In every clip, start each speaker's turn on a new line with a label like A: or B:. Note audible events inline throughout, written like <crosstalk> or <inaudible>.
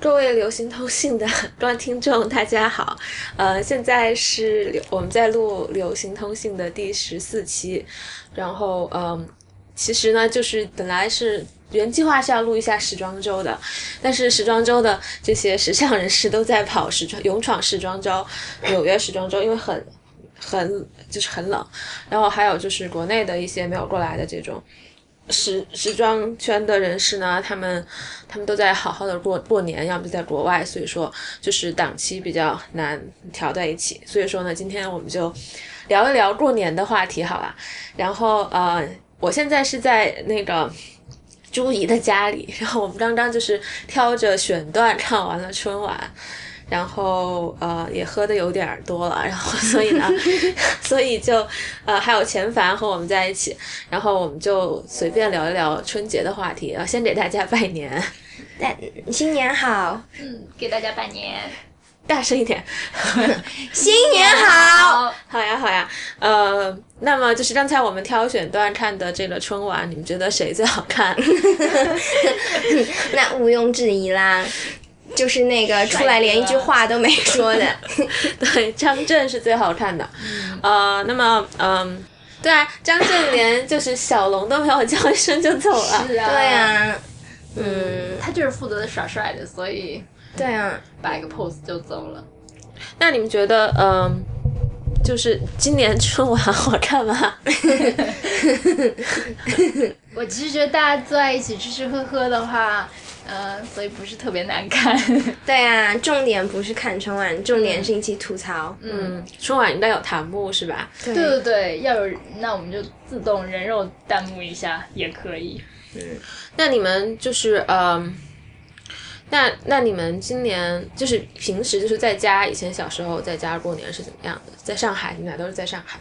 A: 各位流行通信的观听众，大家好，呃，现在是流我们在录流行通信的第十四期，然后嗯、其实呢，就是本来是原计划是要录一下时装周的，但是时装周的这些时尚人士都在跑时装，勇闯时装周、纽约时装周，因为很很就是很冷，然后还有就是国内的一些没有过来的这种。时时装圈的人士呢，他们他们都在好好的过过年，要么就在国外，所以说就是档期比较难调在一起。所以说呢，今天我们就聊一聊过年的话题好了。然后呃，我现在是在那个朱怡的家里， <laughs> 然后我们刚刚就是挑着选段看完了春晚。然后呃也喝的有点儿多了，然后 <laughs> 所以呢，所以就呃还有钱凡和我们在一起，然后我们就随便聊一聊春节的话题，然后先给大家拜年，
B: 大新年好，
C: 给大家拜年，
A: 大声一点。 <laughs>
B: 新年好，
C: 好，
A: 好呀，好呀，呃，那么就是刚才我们挑选段看的这个春晚，你们觉得谁最好看？ <laughs>
B: 那毋庸置疑啦，就是那个出来连一句话都没说的，
A: 对，张震是最好看的。呃，那么，嗯、对啊，张震连就是小龙都没有叫一声就走了。
C: 是
B: <laughs>
C: 啊，
B: 对，啊，嗯，
C: 他就是负责耍帅的，所以
B: 对啊，
C: 摆个 pose 就走了。
A: 那你们觉得，嗯、就是今年春晚好看吗？
C: 我其实觉得大家坐在一起吃吃喝喝的话，呃，所以不是特别难
B: <laughs>
C: 看。
B: 对啊，重点不是看春晚，重点是一起吐槽，
A: 嗯，春晚应该有弹幕是吧？
B: 对
C: 对对对，要有那我们就自动人肉弹幕一下也可以。
A: 那你们就是嗯、那那你们今年就是平时就是在家，以前小时候在家过年是怎么样的？在上海，你们俩都是在上海。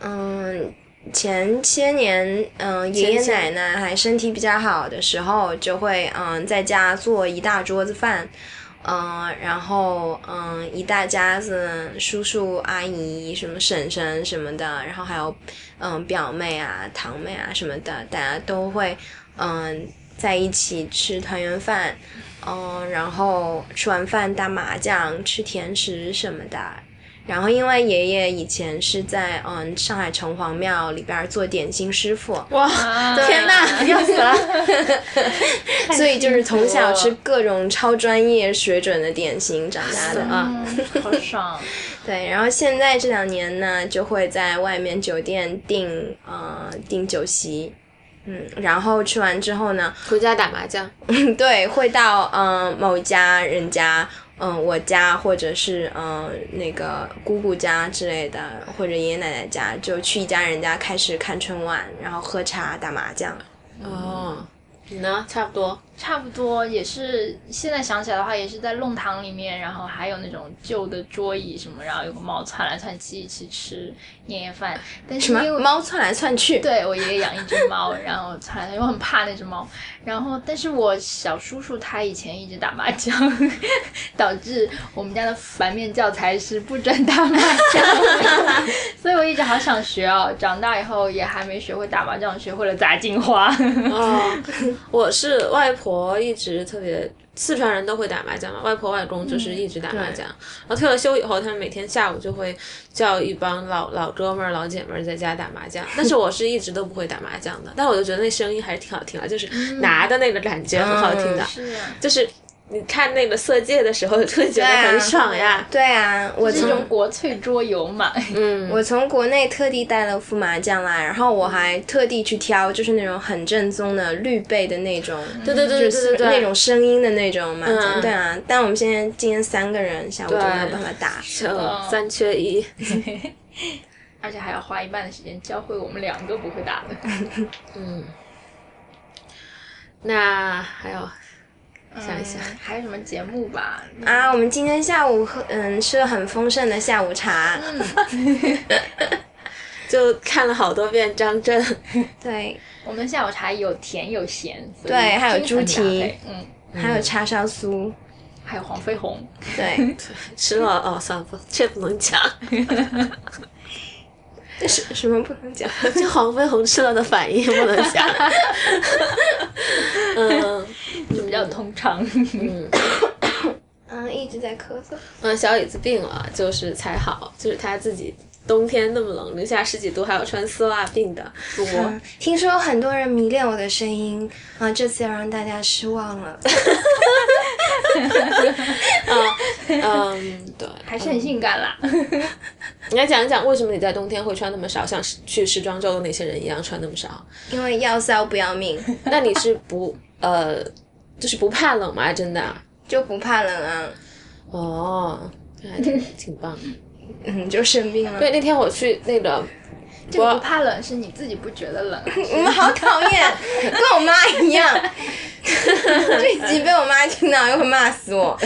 B: 嗯。前些年，嗯，爷爷奶奶还身体比较好的时候，就会嗯在家做一大桌子饭，嗯，然后嗯一大家子叔叔阿姨、什么婶婶什么的，然后还有嗯表妹啊、堂妹啊什么的，大家都会嗯在一起吃团圆饭，嗯，然后吃完饭打麻将、吃甜食什么的，然后，因为爷爷以前是在嗯上海城隍庙里边儿做点心师傅，
A: 哇，
C: 啊
A: 天哪，要死了！
B: <laughs> 所以就是从小吃
C: 辛
B: 各种超专业水准的点心长大的。
C: 嗯，好
B: <laughs>
C: 爽。
B: 对，然后现在这两年呢，就会在外面酒店订呃订酒席，嗯，然后吃完之后呢，
A: 回家打麻将，
B: 对，会到嗯、呃某家人家，嗯、我家或者是嗯、呃那个姑姑家之类的，或者爷爷奶奶家，就去一家人家开始看春晚，然后喝茶打麻将。
A: 哦，你呢？差不多。
C: 差不多也是，现在想起来的话，也是在弄堂里面，然后还有那种旧的桌椅什么，然后有个猫窜来窜去一起吃年夜饭。但是
B: 什么
C: 因为
B: 猫窜来窜去？
C: 对我爷爷养一只猫，然后窜来窜去，我很怕那只猫。然后，但是我小叔叔他以前一直打麻将， <laughs> 导致我们家的反面教材是不准打麻将，所以我一直好想学哦。长大以后也还没学会打麻将，学会了砸金花。
A: 哦， <laughs> 我是外婆一直特别，四川人都会打麻将嘛，外婆外公
B: 嗯
A: 就是一直打麻将。然后退了休以后，他们每天下午就会叫一帮老老哥们儿、老姐们儿在家打麻将。但是我是一直都不会打麻将的，但我就觉得那声音还是挺好听的，就是
B: 嗯
A: 拿的那个感觉很好听的，
C: 是啊。
A: 就是。你看那个《色戒》的时候，就会觉得
B: 对啊
A: 很爽呀。
B: 对啊，我
C: 这种
B: 从
C: 国粹桌游嘛，
A: 嗯，
B: 我从国内特地带了副麻将来，然后我还特地去挑，就是那种很正宗的绿背的那种，
A: 对对对对
B: 就是
A: 对对，
B: 那种声音的那种麻将。
A: 嗯
B: 对啊，但我们现在今天三个人，下午就没有
A: 对
B: 办法打。
A: 就呃三缺
B: <laughs>
A: 一。
C: <laughs> 而且还要花一半的时间教会我们两个不会打的。
A: 嗯，那还有想一想，
C: 嗯还有什么节目吧？
B: 啊，我们今天下午喝，嗯，吃了很丰盛的下午茶。
A: 就看了好多遍张震，
B: <laughs> 对，
C: 我们下午茶有甜有咸，所以
B: 对还有
C: 均衡
B: 猪
C: 搭
B: 蹄
C: 配嗯，
B: 还有叉烧酥。
C: 还有黄飞鸿。
B: 对，
A: 吃了哦，算了，不，这不能讲， <laughs>
B: 什什么不能 <laughs> 讲？
A: 这黄飞鸿吃了的反应不能 <laughs> 嗯讲。嗯
C: 比较通畅。
A: 嗯，
B: 一直在咳嗽？
A: <laughs> 嗯，小椅子病了，就是才好，就是他自己冬天那么冷，零下十几度，还有穿丝袜病的 <laughs> 我。
B: 嗯，听说很多人迷恋我的声音啊、这次要让大家失望 <laughs> 了。
A: 嗯，对，
C: 还是很性感啦。
A: 你来讲一讲为什么你在冬天会穿那么少，像是去时装周的那些人一样穿那么少？
B: 因为要骚不要命，
A: 那你是不呃，就是不怕冷吗？真的啊？
B: 就不怕冷啊。
A: 哦，那还挺挺棒的。
B: 嗯，就生病了
A: 对，。那天我去那个，
C: 这个不怕冷是你自己不觉得
B: <laughs>
C: 冷，
B: 你们好讨 <laughs> 厌，跟我妈一样。 <laughs> 这一集被我妈听到，又会骂死 <laughs> 我。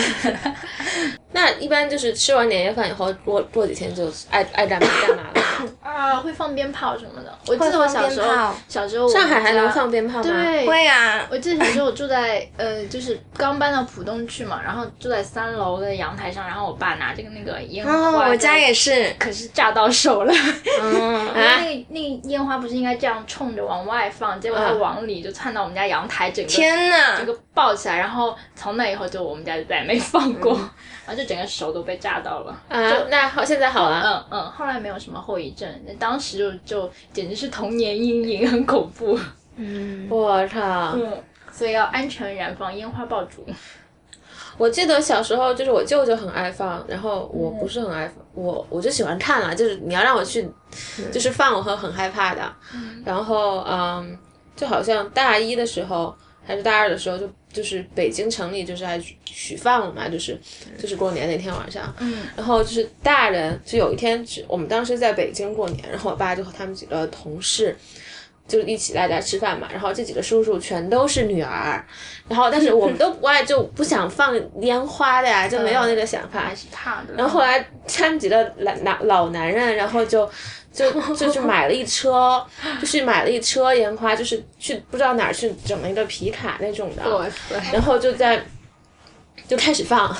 A: 那一般就是吃完年夜饭以后，过过几天就爱爱干嘛干嘛了。
C: 啊，会放鞭炮什么的。我记得
B: 会放
C: 我小时
B: 鞭
C: 候
B: 炮，
C: 小时候
A: 上 <coughs> 海还能放
C: 鞭
A: 鞭炮吗？
C: 对，
B: 会啊，
C: 我记得小时候我住在呃，就是刚搬到浦东去嘛，然后住在三楼的阳台上，然后我爸拿着那个烟花
B: 哦，
C: 在，
B: 我家也啊是。
C: 可是炸到手了。
B: <laughs> 嗯，
C: <laughs> 那个那个烟花不是应该这样冲着往外放，结果它
A: 嗯
C: 往里就窜到我们家阳台，整个
B: 啊天哪
C: 整！个爆起来，然后从那以后就我们家就再也没放过，
A: 嗯
C: 然后就整个手都被炸到了。
A: 啊，那好，现在好了。
C: 嗯嗯，后来没有什么后遗症，那当时就就简直是童年阴影，很恐怖。 <laughs>
A: 我操！
C: 嗯，所以要安全燃放烟花爆竹。
A: 我记得小时候就是我舅舅很爱放，然后我不是很爱放，我我就喜欢看啦，就是你要让我去，就是放我会很害怕的。然后嗯，就好像大一的时候还是大二的时候就。就是北京城里就是还举举放了嘛，就是就是过年那天晚上，
C: 嗯，
A: 然后就是大人就有一天是，我们当时在北京过年，然后我爸就和他们几个同事就一起大家吃饭嘛，然后这几个叔叔全都是女儿，然后但是我们都不爱，就不想放烟花的呀，就没有那个想法
C: 还。是怕的。
A: 然后后来他们几个老男老男人，然后就就就是买了一车，就是买了一车烟花，就是去不知道哪儿去整了一个皮卡那种的，
C: 哇塞，
A: 然后就在就开始放。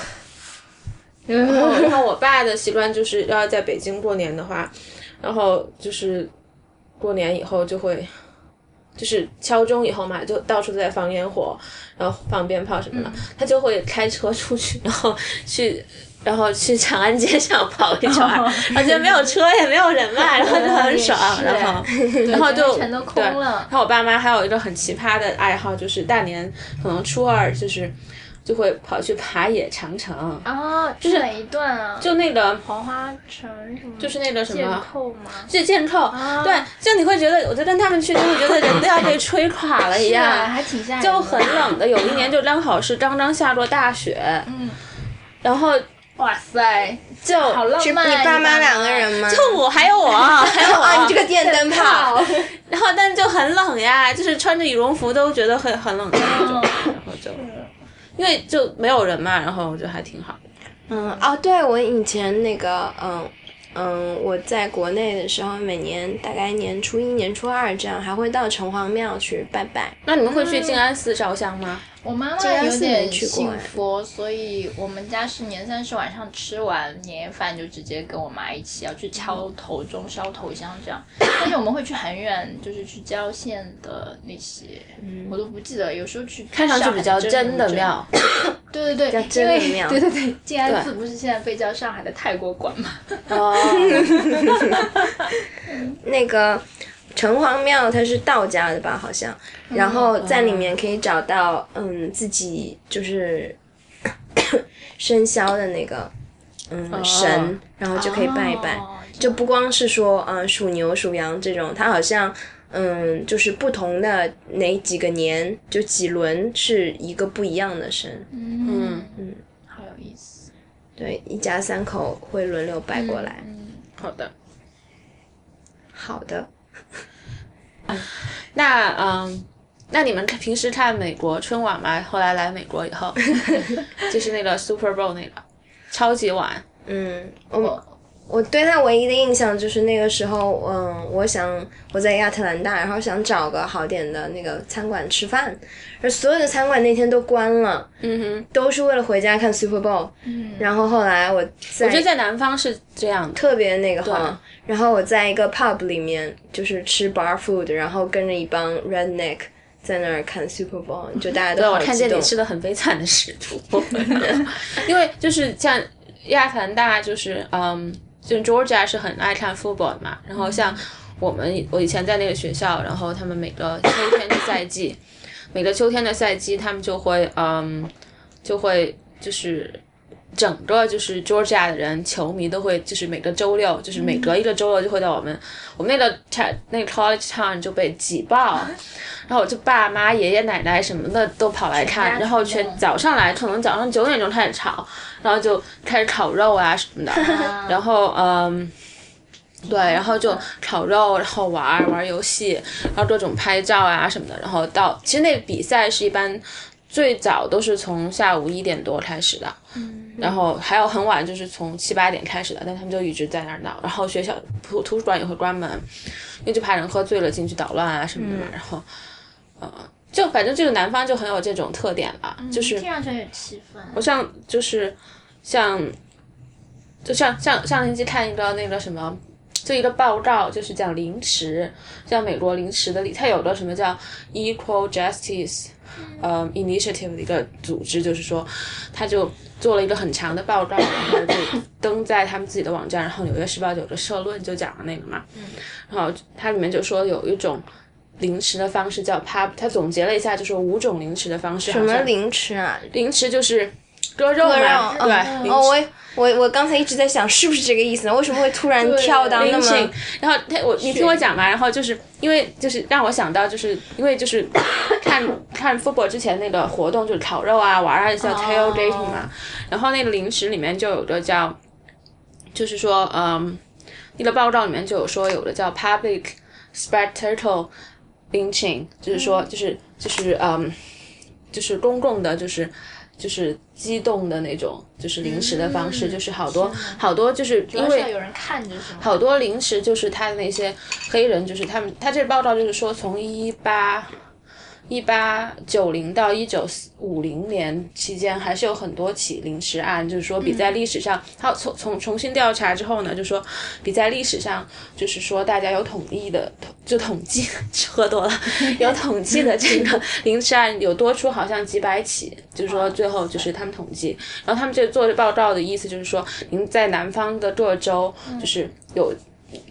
A: 然后，然后我爸的习惯就是要在北京过年的话，然后就是过年以后就会，就是敲钟以后嘛，就到处都在放烟火，然后放鞭炮什么的，他就会开车出去，然后去。然后去长安街上跑一圈儿，
C: <laughs>
A: 而 <laughs> 且没有车也没有人嘛，然后就很爽。
C: 是
A: 然后，
C: 然
A: 然后就
C: 全都空
A: 对
C: 了
A: 然。后我爸妈还有一个很奇葩的爱好，就是大年可能初二就是就会跑去爬野长城，
C: 啊，就是哪一段啊？
A: 就那个
C: 黄花城什么？
A: 就是那个什
C: 箭
A: 么。
C: 扣吗？
A: 是箭
C: 啊
A: 扣，对，就你会觉得，我就跟他们去，就会觉得人都要被吹垮了一
C: 是啊，
A: 样，
C: 还挺吓人的。
A: 就很冷的。有一年就刚好是刚刚下过大雪，
C: 嗯，
A: 然后
C: 哇塞，
A: 就
C: 好浪漫。
B: 是你爸妈两个人吗？
A: 就我还有
C: <laughs>
A: 我，还有
B: 啊，
A: 我
B: 你这，个电灯泡，
A: 然后但就很冷呀，就是穿着羽绒服都觉得很很冷的那种， <laughs> 然
C: 嗯
A: 后就因为就没有人嘛，然后我觉得还挺好。
B: 嗯，哦，对，我以前那个，嗯嗯，我在国内的时候，每年大概年初一、年初二这样，还会到城隍庙去拜拜。
A: 那你们会去静安寺烧香吗？
C: 我妈
B: 竟
C: 妈
B: 然
C: 有
B: 是
C: 点
B: 没去过
C: 信
B: 哎
C: 佛，所以我们家是年三十晚上吃完年夜饭就直接跟我妈一起要去敲头钟、烧头香这样。但是我们会去很远，就是去郊县的那些，我都不记得。有时候去
A: 看上去比较真
C: 真
A: 的庙，
C: 对对对，
B: 比较真的
C: 因为
B: 庙
C: 对对对，静安
A: 对
C: 寺不是现在被叫上海的泰国馆吗？
A: 哦，
B: 那个城隍庙它是道家的吧，好像，然后在里面可以找到，嗯，自己就是 <coughs> 生肖的那个，嗯，神，然后就可以拜一拜。
C: 哦
B: 就不光是说，嗯、属牛、属羊这种，它好像，嗯，就是不同的哪几个年，就几轮是一个不一样的神。
C: 嗯嗯，好有意思。
B: 对，一家三口会轮流拜过来。
C: 嗯，
A: <laughs> 好的。
B: 好的，
A: 那嗯，那你们看平时看美国春晚吗？后来来美国以后，就是那个 Super Bowl 那个超级碗，
B: 嗯，我我对他唯一的印象就是那个时候，嗯，我想我在亚特兰大，然后想找个好点的那个餐馆吃饭，而所有的餐馆那天都关了，
A: 嗯
B: 都是为了回家看 Super Bowl。嗯，然后后来我
A: 哼，
B: 在
A: 我觉得在南方是这样的。
B: 特别那个哈。然后我在一个 pub 里面就是吃 bar food，然后跟着一帮 redneck 在那儿看 Super Bowl，就大家
A: 对，
B: 都
A: 我
B: 好
A: 看
B: 激
A: 见你
B: 动。
A: 吃的很悲惨的食谱，因为就是像亚特兰大，就是嗯，就 Georgia 是很爱看 football 的嘛，然后像我们我以前在那个学校，然后他们每个秋天的赛季，每个秋天的赛季，他们就会嗯，就会就是。整个就是 Georgia 的人，球迷都会就是每个周六，就是每隔一个周六就会到我们、我们那个 t 那个 college town 就被挤爆， <laughs> 然后我就爸妈、爷爷奶奶什么的都跑来看，
C: 家
A: 然后
C: 出
A: 全
C: 动
A: 早上来，可能早上九点钟开始炒，然后就开始烤肉啊什么的，然后嗯。对，然后就烤肉，然后玩儿玩儿游戏，然后各种拍照啊什么的，然后到其实那比赛是一般最早都是从下午一点多开始的，然后还有很晚就是从七八点开始的，但他们就一直在那儿闹，然后学校图图书馆也会关门，因为就怕人喝醉了进去捣乱啊什么的嘛，然后，呃，就反正这个南方就很有这种特点吧，就是
C: 嗯听上去很有气氛。
A: 我像就是像，就像像上星期看一个那个什么，就一个报告，就是讲零食，像美国零食的里，它有个什么叫 Equal Justice。呃、initiative 的一个组织，就是说，他就做了一个很长的报告，然后就登在他们自己的网站，然后《纽约时报》有个社论就讲了那个嘛，
B: 嗯
A: 然后它里面就说有一种零食的方式叫 pub，它总结了一下，就说五种零食的方式，
B: 什
A: 好
B: 么
A: 像
B: 零吃啊？
A: 零食就是割肉
B: 割
A: 嘛，
B: 肉
A: 对，
B: 嗯
A: 零食
B: 哦，我我我刚才一直在想是不是这个意思呢？为什么会突然跳到那
A: 灵性嗯
B: 么？
A: 然后他我你听我讲嘛，然后就是因为就是让我想到，就是因为就是 <coughs> 看看 football 之前那个活动，就是烤肉啊玩啊叫 tailgating 嘛，然后那个零食里面就有个叫，就是说嗯，那个报告里面就有说有个叫 public spectacle lynching，就是说就是就是嗯，就是公共的就是。就是激动的那种，就是零食的方式，
C: 嗯
A: 就是好多
C: 天哪
A: 好多，就是因
C: 因
A: 为
C: 为有人看着是吗？
A: 好多零食就是他的那些黑人，就是他们，他这报道就是说，从一八一八九零到一九五零年期间，还是有很多起零食案，就是说比在历史上，他从从重新调查之后呢，就说比在历史上，就是说大家有统一的，就统计喝多了，有统计的这个零食案有多出好像几百起，就是说最后就是他们统计，然后他们这做的报告的意思就是说，您在南方的各州就是有。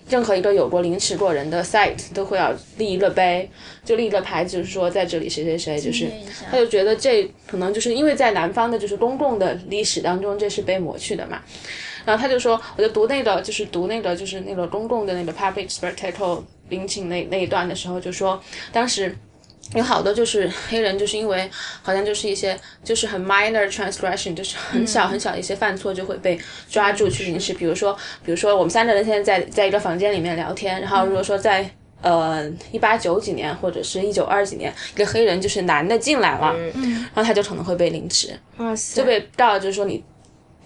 A: 任何一个有过凌迟过人的 site 都会要立一个碑，就立一个牌子，就是说在这里谁谁谁，就是
C: 一下
A: 他就觉得这可能就是因为在南方的就是公共的历史当中，这是被抹去的嘛。然后他就说，我就读那个就是读那个就是那个公共的那个 public spectacle lynching 那那一段的时候，就说当时。有好多就是黑人，就是因为好像就是一些就是很 minor transgression，就是很小很小的一些犯错就会被抓住去临时，比如说比如说我们三个人现在在在一个房间里面聊天，然后如果说在呃一八九几年或者是一九二几年，一个黑人就是男的进来了，然后他就可能会被凌迟，
B: 哇塞！
A: 被告就是说你。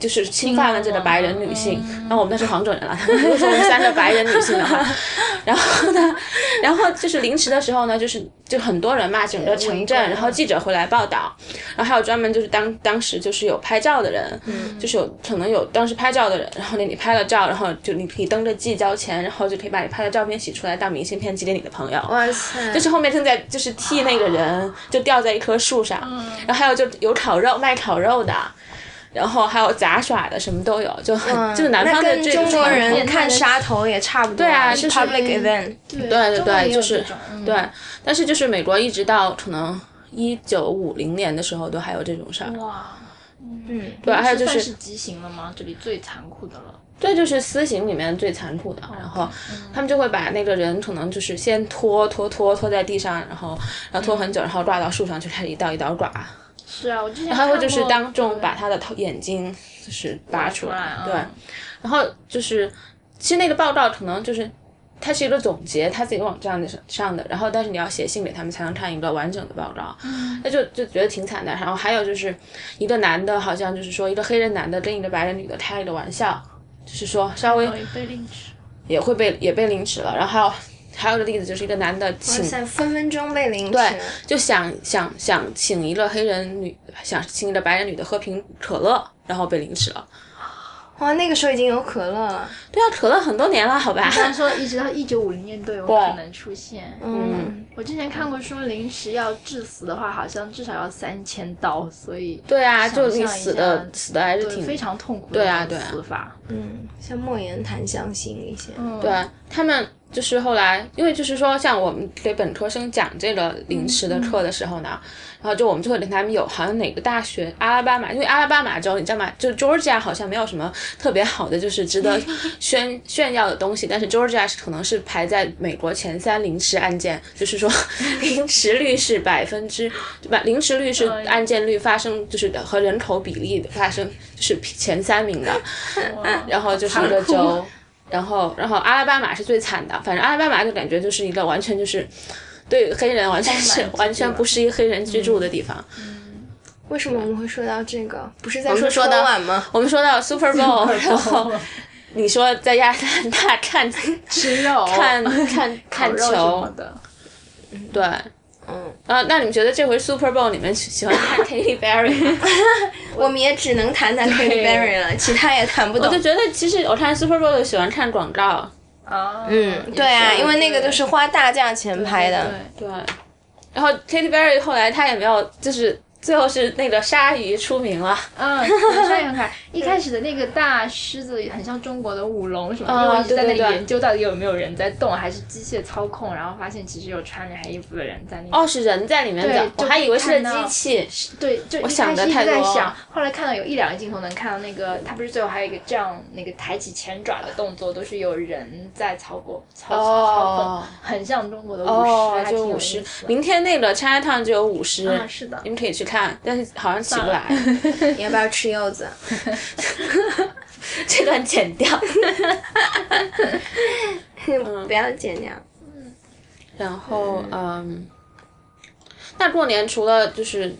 A: 就是侵犯了这个白人女性，然后我们那是黄种人了， <laughs> 他们就是我们三个白人女性的话，然后呢，然后就是临时的时候呢，就是就很多人嘛，整个城镇，
C: 围观
A: 然后记者会来报道，然后还有专门就是当当时就是有拍照的人，就是有可能有当时拍照的人，然后呢你拍了照，然后就你可以登着记交钱，然后就可以把你拍的照片洗出来当明信片寄给你的朋友，
B: 哇塞！
A: 就是后面正在就是替那个人就吊在一棵树上，
B: 嗯
A: 然后还有就有烤肉卖烤肉的，然后还有杂耍的，什么都有，就很、 <laughs> 就是南方
B: 嗯那
A: 的
B: 跟
A: 这
B: 中国人
C: 变态
B: 看
C: 的
B: 杀头也差不多，
A: 对啊
B: 是
A: 就是
B: public event。
A: 对
C: 对
A: 对对，就是对
C: 对，
A: 但是就是美国一直到可能一九五零年的时候都还有这种事儿，
C: 哇，
B: 嗯，
A: 对，还有就
C: 算
A: 是
C: 是极刑了吗？这里最残酷的了。
A: 这就是私刑里面最残酷的。然
B: 哦
A: 后他们就会把那个人可能就是先拖拖拖拖在地上，然后然后拖很久，然后挂到树上去开始一刀一刀
B: 嗯
A: 剐。
C: 是啊，我之前
A: 还
C: 还
A: 会就是当众把他的头眼睛就是拔出来，对，
B: 嗯
C: 嗯
A: 然后就是其实那个报告可能就是它是一个总结，他自己网站上上的，然后但是你要写信给他们才能看一个完整的报告，那就就觉得挺惨的。然后还有就是一个男的，好像就是说一个黑人男的跟一个白人女的开了一个玩笑，就是说稍微
C: 容易哦被凌
A: <laughs>
C: 迟。
A: 也会被也被凌迟了。然后还有还有一个例子就是一个男的请
B: 现在分分钟被凌迟。
A: 对，就想想想请一个黑人女，想请一个白人女的喝瓶可乐，然后被凌迟了。
B: 哇，那个时候已经有可乐了，
A: 对啊，可乐很多年了，好吧？
C: 虽然说一直到一九五零年都有可能出现。
B: 嗯，
C: 我之前看过说，临时要致死的话，好像至少要三千刀，所以
A: 对啊，就
C: 想象
A: 你
C: 一
A: 死
C: 下
A: 的死的还是
C: 对
A: 挺
C: 非常痛苦的
A: 对啊
C: 那
A: 对
C: 种
A: 啊
C: 死法。
B: 嗯，像莫言、檀香刑一些，
C: 嗯，
A: 对，啊他们就是后来，因为就是说，像我们给本科生讲这
C: 嗯
A: 个临时的课的时候呢，然后就我们就会给他们有好像哪个大学，阿拉巴马，因为阿拉巴马州你知道吗？就 Georgia 好像没有什么特别好的，就是值
C: <laughs>
A: 得炫炫耀的东西，但是 Georgia 是可能是排在美国前三临时案件，就是
C: <laughs>
A: 说临时率是百分之，对吧？临时率是
C: 哎呀
A: 案件率发生就是和人口比例发生就是前三名的，嗯然后就是一个州， <laughs> 然后然后阿拉巴马是最惨的，反正阿拉巴马就感觉就是一个完全就是对黑人完全是
C: 充满
A: 完全不是一个黑人居住的地方。
B: 为什么我们会说到这个？不是在
A: 我们
B: 说
A: 说
B: 春
A: 到
B: 晚吗？
A: 我们说到 Super Bowl，然后你说在亚特兰大看
C: <laughs> 吃肉、
A: 看看
C: 烤
A: 看
C: 肉什么
A: 球，
C: 的，
A: 对，
B: 嗯，
A: 啊，那你们觉得这回 Super Bowl 你们喜喜欢看 Katy Perry 吗？
B: 我们也只能谈谈 Katy Perry 了，其他也谈不
A: 我
B: 懂
A: 就。觉得其实我看 Super Bowl 就喜欢看广告，
C: 啊，
B: 嗯，对啊，因为那个都是花大价钱拍的。
A: 对，然后 Katy Perry 后来她也没有，就是最后是那个鲨鱼出名了。
C: 嗯，好像也很 <laughs> 可爱。一开始的那个大狮子很像中国的舞龙什么，因为我一直在那里
A: 对对对
C: 研究到底有没有人在动，还是机械操控，然后发现其实有穿着黑衣服的人在那里。
A: 哦，是人在里面
C: 对
A: 走，我
C: 就
A: 还以为是
C: 看
A: 个
C: 到
A: 机器。
C: 对，就我
A: 想得
C: 一直
A: 太
C: 在
A: 多
C: 想
A: 了，
C: 后来看到有一两个镜头能看到那个，他不是最后还有一个这样那个抬起前爪的动作，都是有人在操控操操
A: 哦
C: 控，很像中国的舞
A: 哦
C: 狮，还，挺
A: 就
C: 有
A: 舞
C: 意
A: 狮
C: 思。的
A: 明天那个 Chinatown 就有舞狮，
C: 啊，是的
A: 你，们可以去看，但是好像起不来，
B: 你要不要吃柚子？
A: <laughs> 这段剪掉。
B: <laughs> 不要剪掉。
A: 嗯然后嗯，那过年除了就是。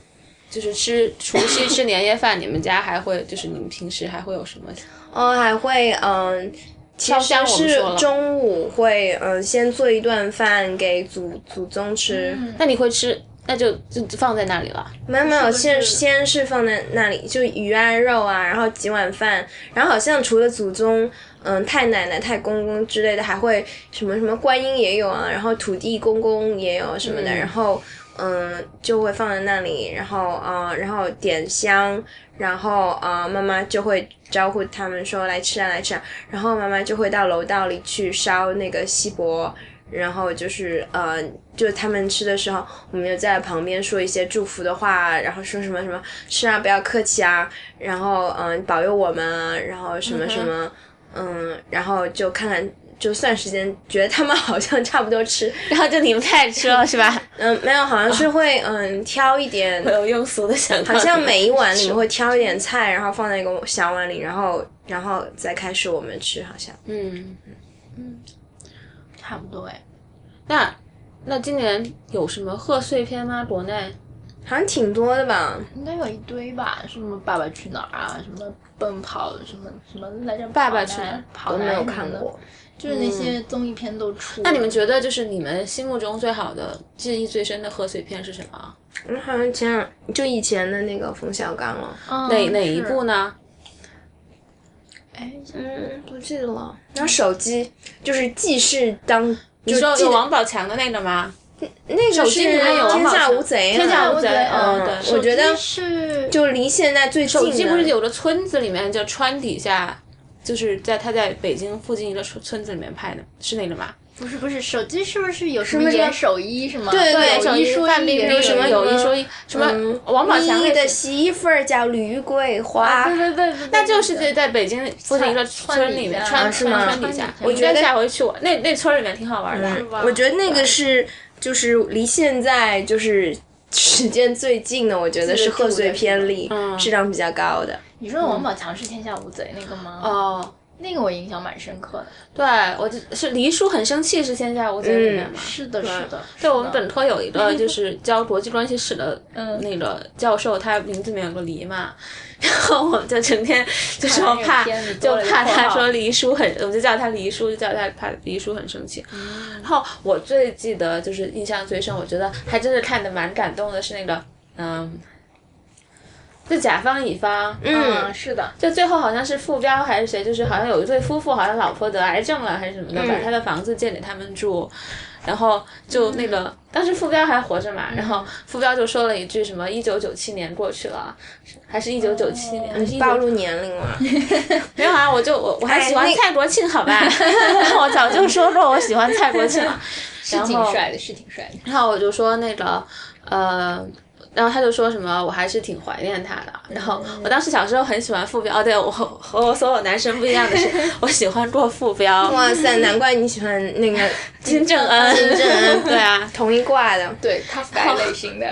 A: 就是吃除夕吃年夜饭，你们家还会就是你们平时还会有什么？
B: 嗯，还会嗯。其
A: 烧香
B: 实
A: 我们
B: 是
A: 说了
B: 中午会，嗯，先做一顿饭给祖祖宗吃。
A: 那
C: 嗯
A: 你会吃，那就就放在那里了。
B: 没有没有，
C: 不是
B: 先先是放在那里，就鱼啊肉啊，然后几碗饭，然后好像除了祖宗，嗯，太奶奶、太公公之类的，还会什么什么观音也有啊，然后土地公公也有什么的，
A: 嗯
B: 然后嗯就会放在那里，然后啊、呃然后点香，然后啊、呃妈妈就会招呼他们说来吃啊来吃啊，然后妈妈就会到楼道里去烧那个锡箔，然后就是呃，就他们吃的时候，我们就在旁边说一些祝福的话，然后说什么什么吃啊，不要客气啊，然后嗯、呃保佑我们啊，然后什么什么，嗯然后就看看，就算时间，觉得他们好像差不多吃，
A: 然后就你们开始吃了是吧？
B: 嗯、没有，好像是会嗯、挑一点，
A: 没有庸俗的想法。
B: 好像每一碗里面会挑一点菜，然后放在一个小碗里，然后然后再开始我们吃，好像。
A: 嗯，
C: 差不多哎。
A: 那那今年有什么贺岁片吗？国内？
B: 好像挺多的吧，
C: 应该有一堆吧，什么《爸爸去哪儿》啊，什么奔跑，什么什么来着，《
A: 爸爸去哪儿
C: 跑
B: 都
C: 男
B: 没有
C: 什么
B: 看
C: 的
B: 过。
C: 就是那些综艺片都出。
A: 嗯那你们觉得就是你们心目中最好的、记忆最深的贺岁片是什么？
B: 嗯，好像前两就以前的那个冯小刚了。
C: 嗯
A: 哪哪一部？
C: 是
A: 呢？
C: 哎，
B: 嗯，不记得了。然后手机就是记事当，
A: 你
B: 就
A: 说
B: 记
A: 有
B: 得
A: 王宝强的那个吗？
B: 那个
A: 手
B: 是
A: 机里面有王
B: 天
A: 宝
B: 下
A: 强
B: 无贼啊，
A: 天下无贼
B: 嗯
A: 嗯对
B: 我觉得
C: 呃是
B: 就离现在最近
A: 手机不是
B: 的
A: 有个村子里面叫川底下，就是在他在北京附近一个村村子里面拍的，是那个吗？
C: 不是不是手机是不是有什
B: 么
C: 么
B: 这个
C: 严守一什么？
B: 对对
C: 有哎一
A: 手
C: 说
A: 范
C: 一
A: 冰
C: 也
A: 冰
C: 有
A: 什么
B: 一
A: 有
B: 个
A: 一说一，什么
B: 嗯
A: 王宝强
B: 你
A: 也是
B: 的
A: 啊
B: 洗衣粉儿叫吕桂华。
C: 对对对对对，
A: 那就是嗯在在北京附近一个村里面，
C: 川
A: 川
B: 啊是吗
A: 川底下
C: 川底下，
A: 我
B: 我觉
A: 觉
B: 得嗯
A: 得下回去我那那村里面挺好玩的。
C: 吧
B: 我觉得那个是就是离现在就是时间最近的，我觉得是贺岁片里
A: 嗯
B: 质量比较高的。
C: 你说的王宝强是天下无贼那个吗？
A: 哦，
C: 那个我印象蛮深刻的。
A: 对，啊我就是黎叔很生气是天下无贼里面嘛。
C: 是的，是的，
A: 对我们本科有一嗯个呃 <laughs> 就是教国际关系史的那个教授，他名字里面有个黎嘛， <laughs> 然后我们就成天就 <laughs> 说怕
C: 看那个片子
A: 就
C: 多了嗯一
A: 怕
C: 括
A: 他
C: 号
A: 说黎叔很，我们就叫他黎叔，就叫他怕黎叔很生气。然后我最记得就是印象最深，我觉得还真是看的蛮感动的，是那个嗯。就甲方乙方，
C: 嗯，是的，
A: 就最后好像是副标还是谁，就是好像有一对夫妇，好像老婆得癌症了还是什么
B: 嗯
A: 的，把他的房子借给他们住，然后就那个、
B: 嗯
A: 当时副标还活着嘛，然后副标就说了一句什么一九九七年过去了，还是一九九七年，还是19
B: 嗯暴露年龄
A: <laughs>
B: 了。
A: 没有啊，我就我我还喜欢
B: 哎那
A: 蔡国庆，好吧， <laughs> 我早就说过我喜欢蔡国庆
B: <laughs>
A: 了，
C: 是
A: 然
C: 挺
A: 后
C: 帅的，是挺帅的。
A: 然后我就说那个，呃，然后他就说什么，我还是挺怀念他的。然后我当时小时候很喜欢傅彪，哦，对我和和我所有男生不一样的 <laughs> 是，我喜欢过傅彪、
B: 哇塞，啊难怪你喜欢那个
A: 金正恩、
B: 金正恩
A: 对 <laughs> 啊。
B: 同一挂的。
C: 对，咖啡类型的，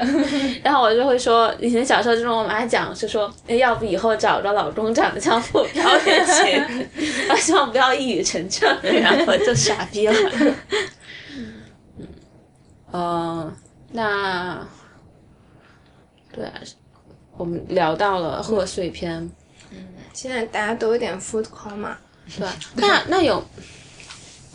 A: 然后我就会说，以前小时候就跟我妈讲，就说哎要不以后找个老公长得像傅彪也行，然后希望不要一语成谶，然后就傻逼了。嗯，呃，那对啊，我们聊到了贺岁片，
B: 现在大家都有点 food coma。
A: 对啊，那那有。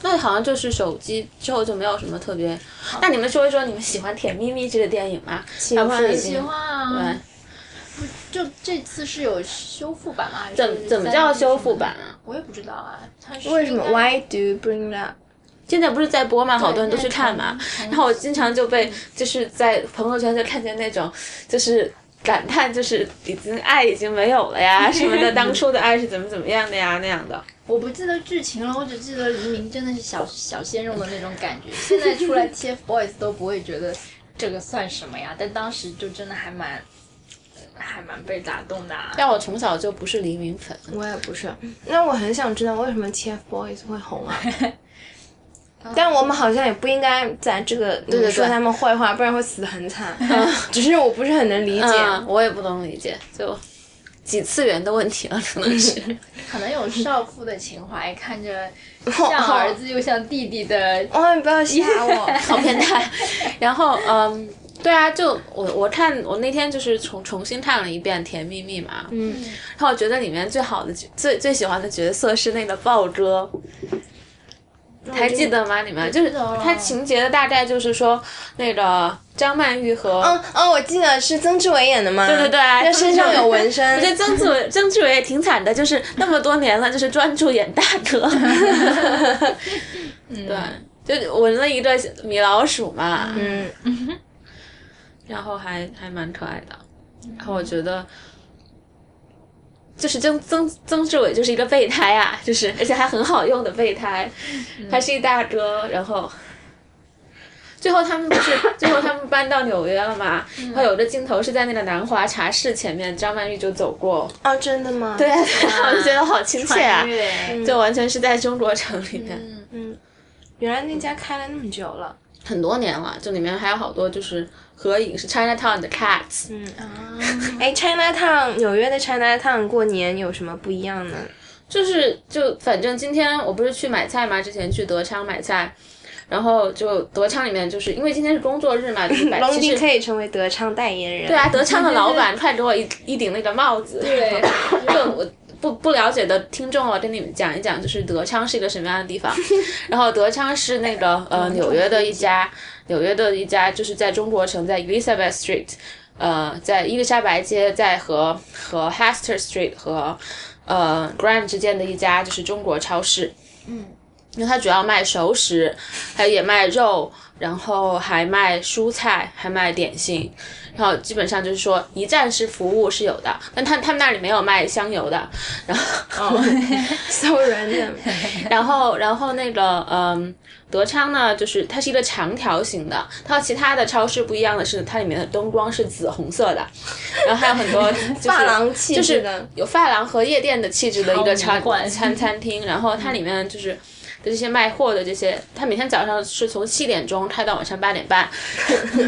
A: 那好像就是手机之后就没有什么特别。那你们说一说你们喜欢《甜蜜蜜》这个电影吗？喜
B: 欢
C: 喜欢
A: 对
C: 啊。，就这次是有修复版吗？还是
A: 怎怎么叫修复版啊？
C: 我也不知道啊，它是
B: 为什么
C: 应该
B: ？Why do you bring it up？
A: 现在不是在播嘛，好多人都去看嘛
C: 现在。重
A: 然后我经常就被就是在朋友圈就看见那种就是感叹，就是已经爱已经没有了 <laughs> 呀什么的，当初的爱是怎么怎么样的呀那样的。
C: 我不记得剧情了，我只记得黎明真的是小小鲜肉的那种感觉。现在出来 TFBOYS 都不会觉得这个算什么呀，但当时就真的还蛮，还蛮被打动的、啊。
A: 但我从小就不是黎明粉，
B: 我也不是。那我很想知道为什么 TFBOYS 会
A: <laughs>
B: 红啊？但我们好像也不应该在这个对
A: 对
B: 说他们坏话，不然会死得
A: <laughs>
B: 很惨。只是我不是很能理解。
A: 嗯，我也不能理解，就几次元的问题了，可能是。
C: 可能有少妇的情怀，看着
A: <laughs>
C: 像儿子又像弟弟的，
B: 哇，哦你不要吓我！
A: <laughs> 好变态。然后，嗯，对啊，就我我看我那天就是重重新看了一遍《甜蜜蜜》嘛，嗯，然后我觉得里面最好的角最最喜欢的角色是那个豹哥。还记得吗？你们就是
C: 记得了
A: 它情节的大概就是说，那个张曼玉和
B: 嗯哦，我记得是曾志伟演的吗？对
A: 对对
B: 那身上有纹身。
A: <laughs> 我觉得曾志伟，曾志伟也挺惨的，就是那么多年了，就是专注演大哥。 <laughs> 对，就纹了一个米老鼠嘛，
B: 嗯，
A: 然后还还蛮可爱的。
C: 嗯
A: 然后我觉得，就是曾曾曾志伟就是一个备胎啊，就是而且还很好用的备胎，
C: 嗯
A: 还是一大哥。然后最后他们不是最后他们搬到纽约了嘛？
C: 嗯
A: 然后有个镜头是在那个南华茶室前面，张曼玉就走过。
B: 哦，真的吗？
A: 对啊，对啊， <laughs> 我就觉得好亲切啊
C: 穿，越
A: 就完全是在中国城里面。
C: 嗯，
A: <laughs>
B: 原来那家开了那么久了。
A: 很多年了，就里面还有好多就是合影是 Chinatown 的 cats，、
C: 嗯
B: 哎，China Town，纽约的 China Town 过年有什么不一样呢？
A: 就是就反正今天我不是去买菜嘛，之前去德昌买菜，然后就德昌里面就是因为今天是工作日嘛，
B: <laughs>
A: 就是摆
B: 龙
A: 其
B: 迪
A: 实
B: 可以成为德昌代言人。
A: 对啊，德昌的老板快给我一一顶那个帽子，
C: 对，
A: 就我不不了解的听众，我跟你们讲一讲，就是德昌是一个什么样的地方。然后德昌是那个呃纽约的一家，纽约的一家就是在中国城，在 Elizabeth Street，呃，在伊丽莎白街，在和和 Hester Street 和呃 Grand 之间的一家就是中国超市。
C: 嗯。
A: 因为它主要卖熟食，还也卖肉，然后还卖蔬菜，还卖点心，然后基本上就是说一站式服务是有的，但他他们那里没有卖香油的。然后，
B: 哦，so random。
A: <laughs> 然后，然后那个嗯，德昌呢，就是它是一个长条形的，它和其他的超市不一样的是，它里面的灯光是紫红色的，然后还有很多就是
B: <laughs> 发廊气
A: 就
B: 质
A: 是
B: 的
A: 有发廊和夜店的气质的一个
C: 好
A: 餐
C: 迷幻
A: 餐餐厅，然后它里面就是。这些卖货的这些，他每天早上是从七点钟开到晚上八点半，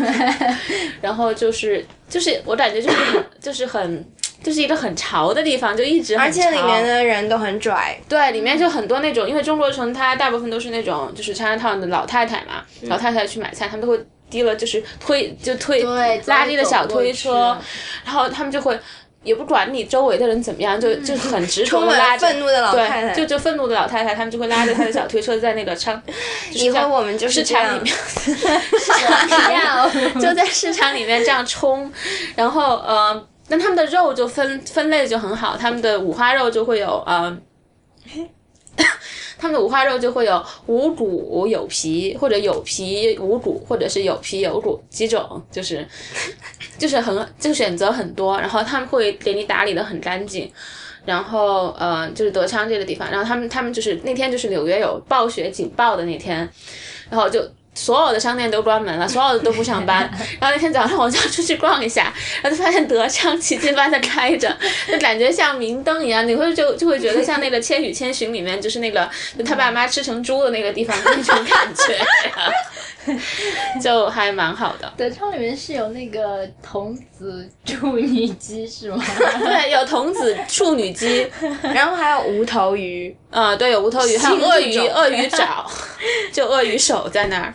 A: <laughs> 然后就是就是我感觉就是就是很就是一个很潮的地方，就一直很
B: 而且里
A: 潮
B: 面的人都很拽，
A: 对，里面就很多那种，因为中国城它大部分都是那种就是 Chinatown 的老太太嘛，
B: 嗯
A: 老太太去买菜，他们都会提了就是推就推
C: 对，
A: 拉力的小推车
C: 走过，啊
A: <laughs> 然后他们就会。也不管你周围的人怎么样，就就很执着
B: 嗯充
A: 地拉
B: 满
A: 着，
B: 愤怒的老太太。
A: 对，就就愤怒的老太太，他们就会拉着她的小推车 <laughs> 在那个商，就是
B: 以
A: 在
B: 后我们就是
A: 市
B: 这
A: 场里
B: 样。
A: 面，
C: 去我不要 <laughs>
A: 就在市场里面这样冲，然后呃，但他们的肉就分分类就很好，他们的五花肉就会有呃， <laughs> 他们的五花肉就会有无骨有皮，或者有皮无骨，或者是有皮有骨几种，就是就是很就选择很多，然后他们会给你打理的很干净。然后，呃，就是德昌这个地方，然后他们他们就是那天就是纽约有暴雪警报的那天，然后就所有的商店都关门了，所有的都不上班。然后那天早上我就出去逛一下， <laughs> 然后就发现德昌奇迹般的开着，就感觉像明灯一样，你会就就会觉得像那个《千与千寻》里面就是那个就他爸妈吃成猪的那个地方的那种感觉， <laughs> 就还蛮好的。
C: 德昌里面是有那个童子处女鸡是
A: <laughs>
C: 吗？
A: 对，有童子处女鸡，
B: <laughs> 然后还有无头
A: <laughs>
B: 鱼，
A: 啊，对，有无头鱼，还有
B: 新
A: 鳄
B: 物
A: 鱼，
B: 种
A: 鳄鱼爪，就鳄鱼手在那儿。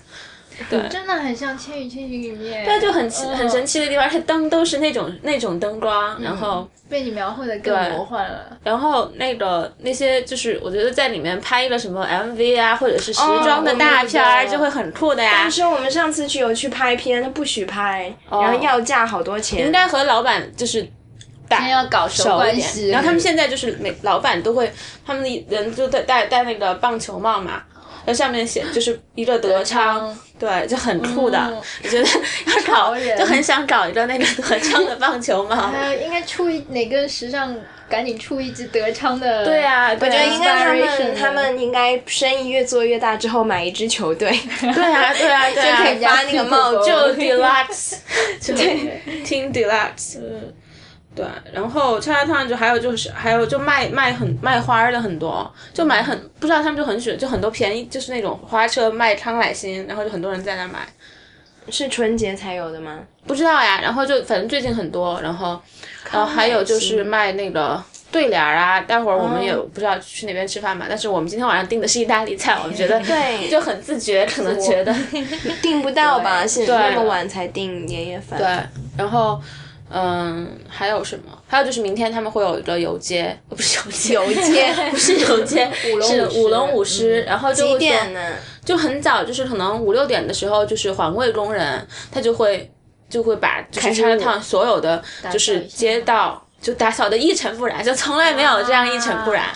A: 对，
C: 真的很像《千与千寻》里面，
A: 它就很奇
C: 嗯
A: 很神奇的地方，而且灯都是那种那种灯光，然后
C: 被你描绘的更
A: 对
C: 魔幻了。
A: 然后那个那些就是我觉得在里面拍一个什么 MV 啊，或者是时装的
B: 哦我
A: 大
C: 明
A: 片儿
C: 白
A: 就会很酷的呀
B: 但。是我们上次去有去拍片，他不许拍，然后要价好多钱
A: 哦应。该和老板就是
C: 先要搞熟
A: 熟一
C: 关
A: 点
C: 系，
A: 然后他们现在就是每老板都会，他们的人就戴戴戴那个棒球帽嘛，那上面写就是一个德昌
C: 昌，
A: 对，就很酷的。
C: 嗯
A: 我
C: <laughs>
A: 觉得要搞
C: 潮人
A: 就很想搞一个那个德昌的棒球帽。
C: 呃，应该出一哪个时尚，赶紧出一支德昌的。
A: 对啊，
B: 我
A: 对
B: 觉得
A: 啊，
B: 应该他
C: inspiration
B: 们他们应该生意越做越大之后买一支球
A: <laughs>
B: 队，
A: 对啊，对啊，对
B: 就可
A: 啊
B: 以，发那个帽
A: 哦就
B: 子。
A: deluxe，就 <laughs> 听 deluxe，
C: 嗯
A: 对。然后 Chinatown 就还有就是还有就卖卖很卖花儿的很多，就买很不知道他们就很喜就很多便宜，就是那种花车卖康乃馨，然后就很多人在那买。
B: 是春节才有的吗？
A: 不知道呀，然后就反正最近很多，然后，然后还有就是卖那个对联儿啊。待会儿我们也不知道去哪边吃饭嘛，但是我们今天晚上订的是意大利菜，我们觉得
B: 对
A: 就很自觉，可能觉得
B: 订不到吧？
C: 对
B: 现在那么晚才订年夜饭。
A: 对，然后。嗯，还有什么？还有就是明天他们会有一个游街，呃不是游街，游
B: 街
A: 不是游街，
C: 龙
A: 是
C: <laughs> 舞狮嗯
A: 舞龙舞狮。然后就会
B: 几
A: 说
B: 点呢？
A: 就很早，就是可能五六点的时候，就是环卫工人他就会就会把就是
B: 开始
A: c h i n a t o w 所有的就是街道就打扫的一尘不染，就从来没有这样一尘不
C: <laughs>
A: 染。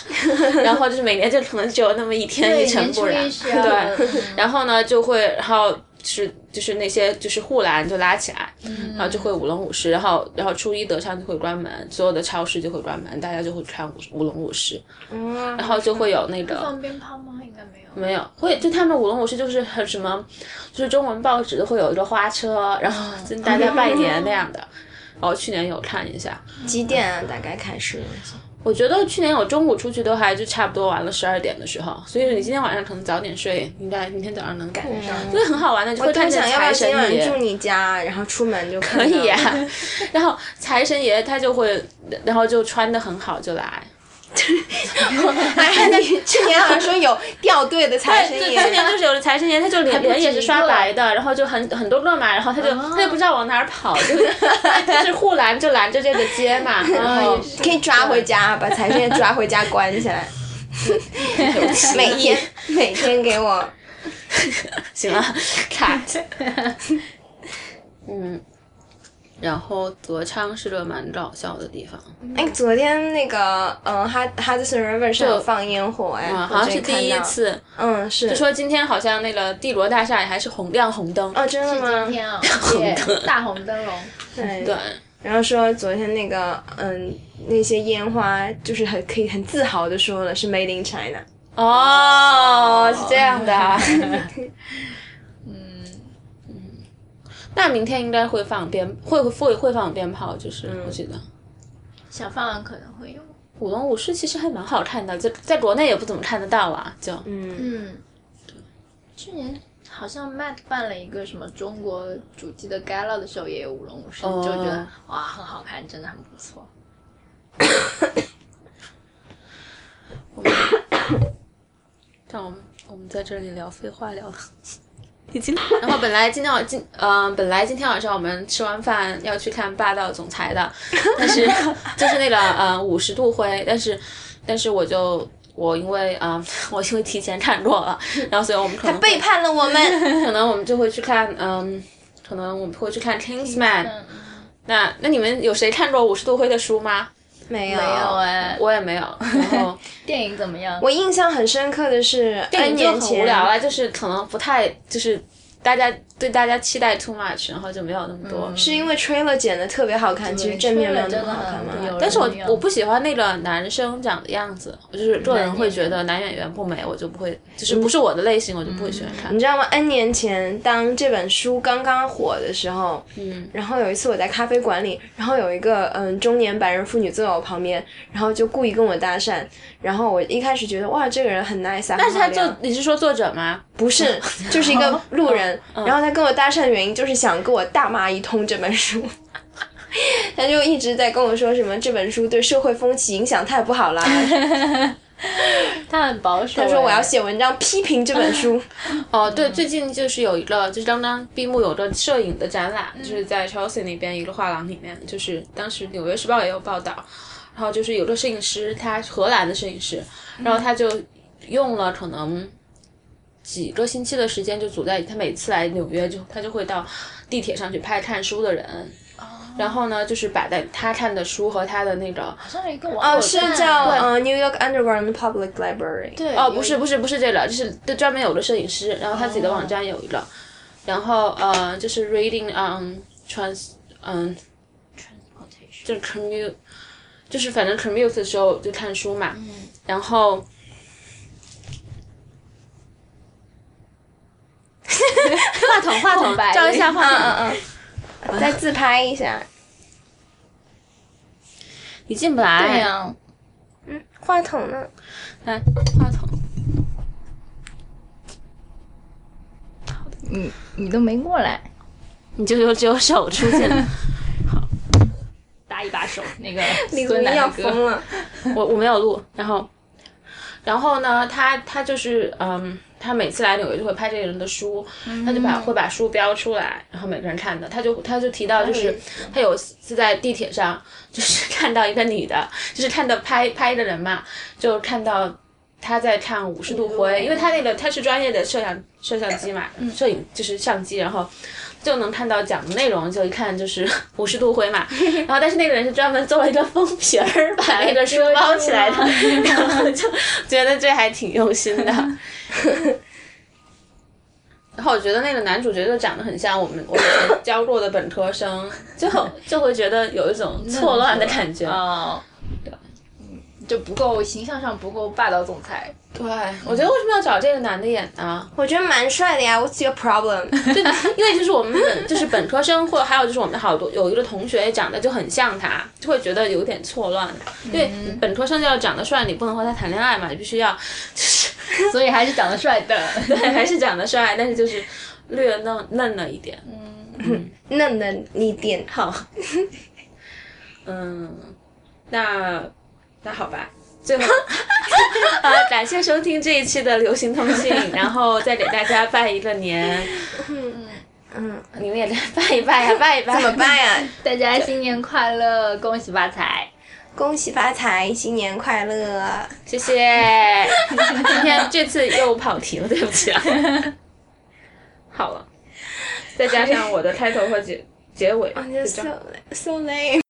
A: 然后就是每年就可能只有那么一天一尘不染，
C: 年初一是啊
A: 对。然后呢就会，然后是就是那些就是护栏就拉起来，
C: 嗯
A: 然后就会舞龙舞狮，然后然后初一德昌就会关门，所有的超市就会关门，大家就会穿舞舞龙舞狮，
B: 嗯，然
A: 然后就会有那个
C: 放鞭炮吗？应该没有。
A: 没有， <laughs> 会就他们舞龙舞狮就是很什么，就是中文报纸都会有一个花车，然
B: 哦
A: 后跟大家拜年那样的。然后去年有看一下，
B: 几点啊？大概开始？
A: 我觉得去年我中午出去都还就差不多完了十二点的时候，所以你今天晚上可能早点睡，应该明天早上能赶上，
B: 嗯
A: 真的很好玩的，就会看
B: 通
A: 见
B: 想要不
A: 财
B: 要今
A: 神
B: 晚
A: 爷
B: 住。你家，然后出门就可
A: 可以
B: <laughs>
A: 啊呀、 <laughs> 然后财神爷他就会，然后就穿的很好就
B: <laughs>
A: 来。
B: 哎，那
A: <laughs>
B: 去年好像说有掉队的财神
A: 对，
B: 爷，
A: 去年就是有的财神爷，他就脸
C: 不止
A: 脸也是
C: 一
A: 刷
C: 个
A: 白的，然后就很很多个嘛，然后他就、
B: 哦
A: 他就不知道往哪儿跑，就是
B: <laughs>
A: 就是护栏就拦着这个街嘛，然后
C: 也是
B: 可以抓回家，把财神爷抓回家关
A: <laughs>
B: 起来， <laughs> 每天每天给我。
A: 行了，卡。
B: <laughs>
A: 嗯，然后德昌是个蛮搞笑的地方，
B: 哎，昨天那个，嗯，哈哈德森 river 上有放烟火，哎，
A: 啊，
B: 我
A: 好像
B: 这
A: 是
B: 里看
A: 第一
B: 到，
A: 次。
B: 嗯，是，
A: 就说今天好像那个帝国大厦也还是红亮红灯，
B: 哦，真的
C: 今
B: 吗？
A: <laughs>
C: 天啊，耶大红灯笼，
B: 对
A: 对。
B: 然后说昨天那个，嗯，那些烟花就是很可以很自豪的说了是 made in China，
A: 哦，是这样的啊。 <laughs>
C: 嗯，
A: 那明天应该会放鞭，会会会放鞭炮，就是、我记得。
C: 小饭碗可能会有。
A: 舞龙舞狮其实还蛮好看的，在在国内也不怎么看得到啊，就
B: 嗯，
C: 嗯，去年好像 Matt 办了一个什么中国主题的 gala 的时候，也有舞龙舞狮，
A: 哦
C: 就觉得哇很好看，真的很不错。
A: 让我们我们在这里聊废话聊了。 <laughs> 已经， <laughs> 然后本来今天晚今嗯、本来今天晚上我们吃完饭要去看《霸道总裁》 <laughs> 的，但是就是那个呃五十度灰，但是但是我就我因为啊、呃 <laughs> 我因为提前看过了，然后所以我们可能会
B: 背叛了我们，
A: <laughs> 可能我们就会去看嗯、可能我们会去看《Kingsman》，
C: 嗯，
A: 那那你们有谁看过《五十度灰》的书吗？
B: 没有，
C: 没有哎、
A: 我也没有。然 <laughs> 后
C: 电影怎么样？
B: 我印象很深刻的是 N
A: 电影
B: 年
A: 就很
B: 前
A: 无聊啊，就是可能不太就是大家对大家期待 too much，然后就没有那么多。
C: 嗯
B: 是因为 trailer 剪的特别好看，其实正面没有那么好看嘛。
C: 有
A: 但是我
C: 人样
A: 我不喜欢那个男生长的样子，我就是个人会觉得男演员不美，我就不会，就是不是我的类型，我就不会喜欢看
B: 你。知道吗？N 年前，当这本书刚刚火的时候，嗯，然后有一次我在咖啡馆里，然后有一个嗯中年白人妇女坐在我旁边，然后就故意跟我搭讪，然后我一开始觉得哇这个人很 nice 啊，
A: 但是他
B: 很好
A: 就
B: 聊
A: 你是说作者吗？
B: 不是 <laughs> 就是一嗯个路人，然后他跟我搭讪的原因就是想跟我大骂一通这本书。 <laughs> 他就一直在跟我说什么这本书对社会风气影响太不好啦，
C: 他很保守、
B: 他说我要
C: 哎
B: 写文章批评这本书。
A: 哦，对，最近就是有一个，就是刚刚闭幕有个摄影的展览，就是在 Chelsea 那边一个画廊里面，就是当时《纽约时报》也有报道，然后就是有个摄影师，他荷兰的摄影师，然后他就用了可能几个星期的时间，就组在他每次来纽约就他就会到地铁上去拍看书的人，然后呢，就是把在他看的书和他的那个
C: 好像有一个网
B: 哦，
C: 友
B: 是
C: 在
B: 叫
C: 对
B: 呃 New York Underground Public Library。对，
A: 哦，不是不是不是这个，就是对专门有个摄影师，然后他自己的网站有一个，然后呃就是 reading on trans 嗯、就是 commute，就是反正 commute 的时候就看书嘛，然后。话筒话筒 <laughs>
C: 空白
A: 照一下话筒。
B: 嗯嗯， <laughs> 再自拍一下。
A: 你进不来。
C: 对啊呀，
B: 嗯，话筒呢？
A: 来哎话筒。
C: 你你都没过来，
A: 你就有只有手出现了。
C: 搭一把手，
B: <laughs>
C: 那个
B: 李宗
C: 孙楠
B: 要
C: 的歌
B: 疯了。
A: <laughs> 我我没有录，然后，然后呢，他他就是嗯，他每次来纽约就会拍这个人的书，他就把会把书标出来，然后每个人看的，他就他就提到就是他有一次在地铁上就是 <laughs> 看到一个女的，就是看到拍拍的人嘛，就看到。他在看五十度灰，因为他那个他是专业的摄像摄像机嘛，摄影就是相机，然后就能看到讲的内容，就一看就是五十度灰 <laughs> 嘛。然后但是那个人是专门做了一个封皮儿，把那个书包起来的， <laughs> 然后就觉得这还挺用心的。 <laughs> 然后我觉得那个男主角就长得很像我们我以前教过的本科 <laughs> 生，就就会觉得有一种错乱的感觉。
C: 哦，对，就不够形象上不够霸道总裁，
A: 对，啊我觉得为什么要找这个男的演呢？
B: 我觉得蛮帅的呀，What's your <laughs> problem？
A: 对， <laughs> 因为就是我们本就是本科生，或者还有就是我们好多有一个同学也长得就很像他，就会觉得有点错乱。因为本科生就要长得帅，你不能和他谈恋爱嘛，你必须要 <laughs> 就是
C: 所以还是长得帅
B: <laughs>
C: 的。
A: 还是长得帅，但是就是略嫩嫩了一点。
B: 嫩嫩一点。
A: 好，嗯，那那好吧，最后。 <laughs> 呃，感谢收听这一期的流行通信，然后再给大家拜一个年，
B: 嗯，
A: 你们也来拜一拜呀、拜一拜，
B: 怎么办呀？ <laughs>
C: 大家新年快乐，恭喜发财！
B: 恭喜发财，新年快乐！
A: 谢 <laughs> 谢。今天这次又跑题了，对不起 <laughs> 啊。好了，再加上我的开头和结结尾，
B: 我觉得
A: 就这样
B: so so lame。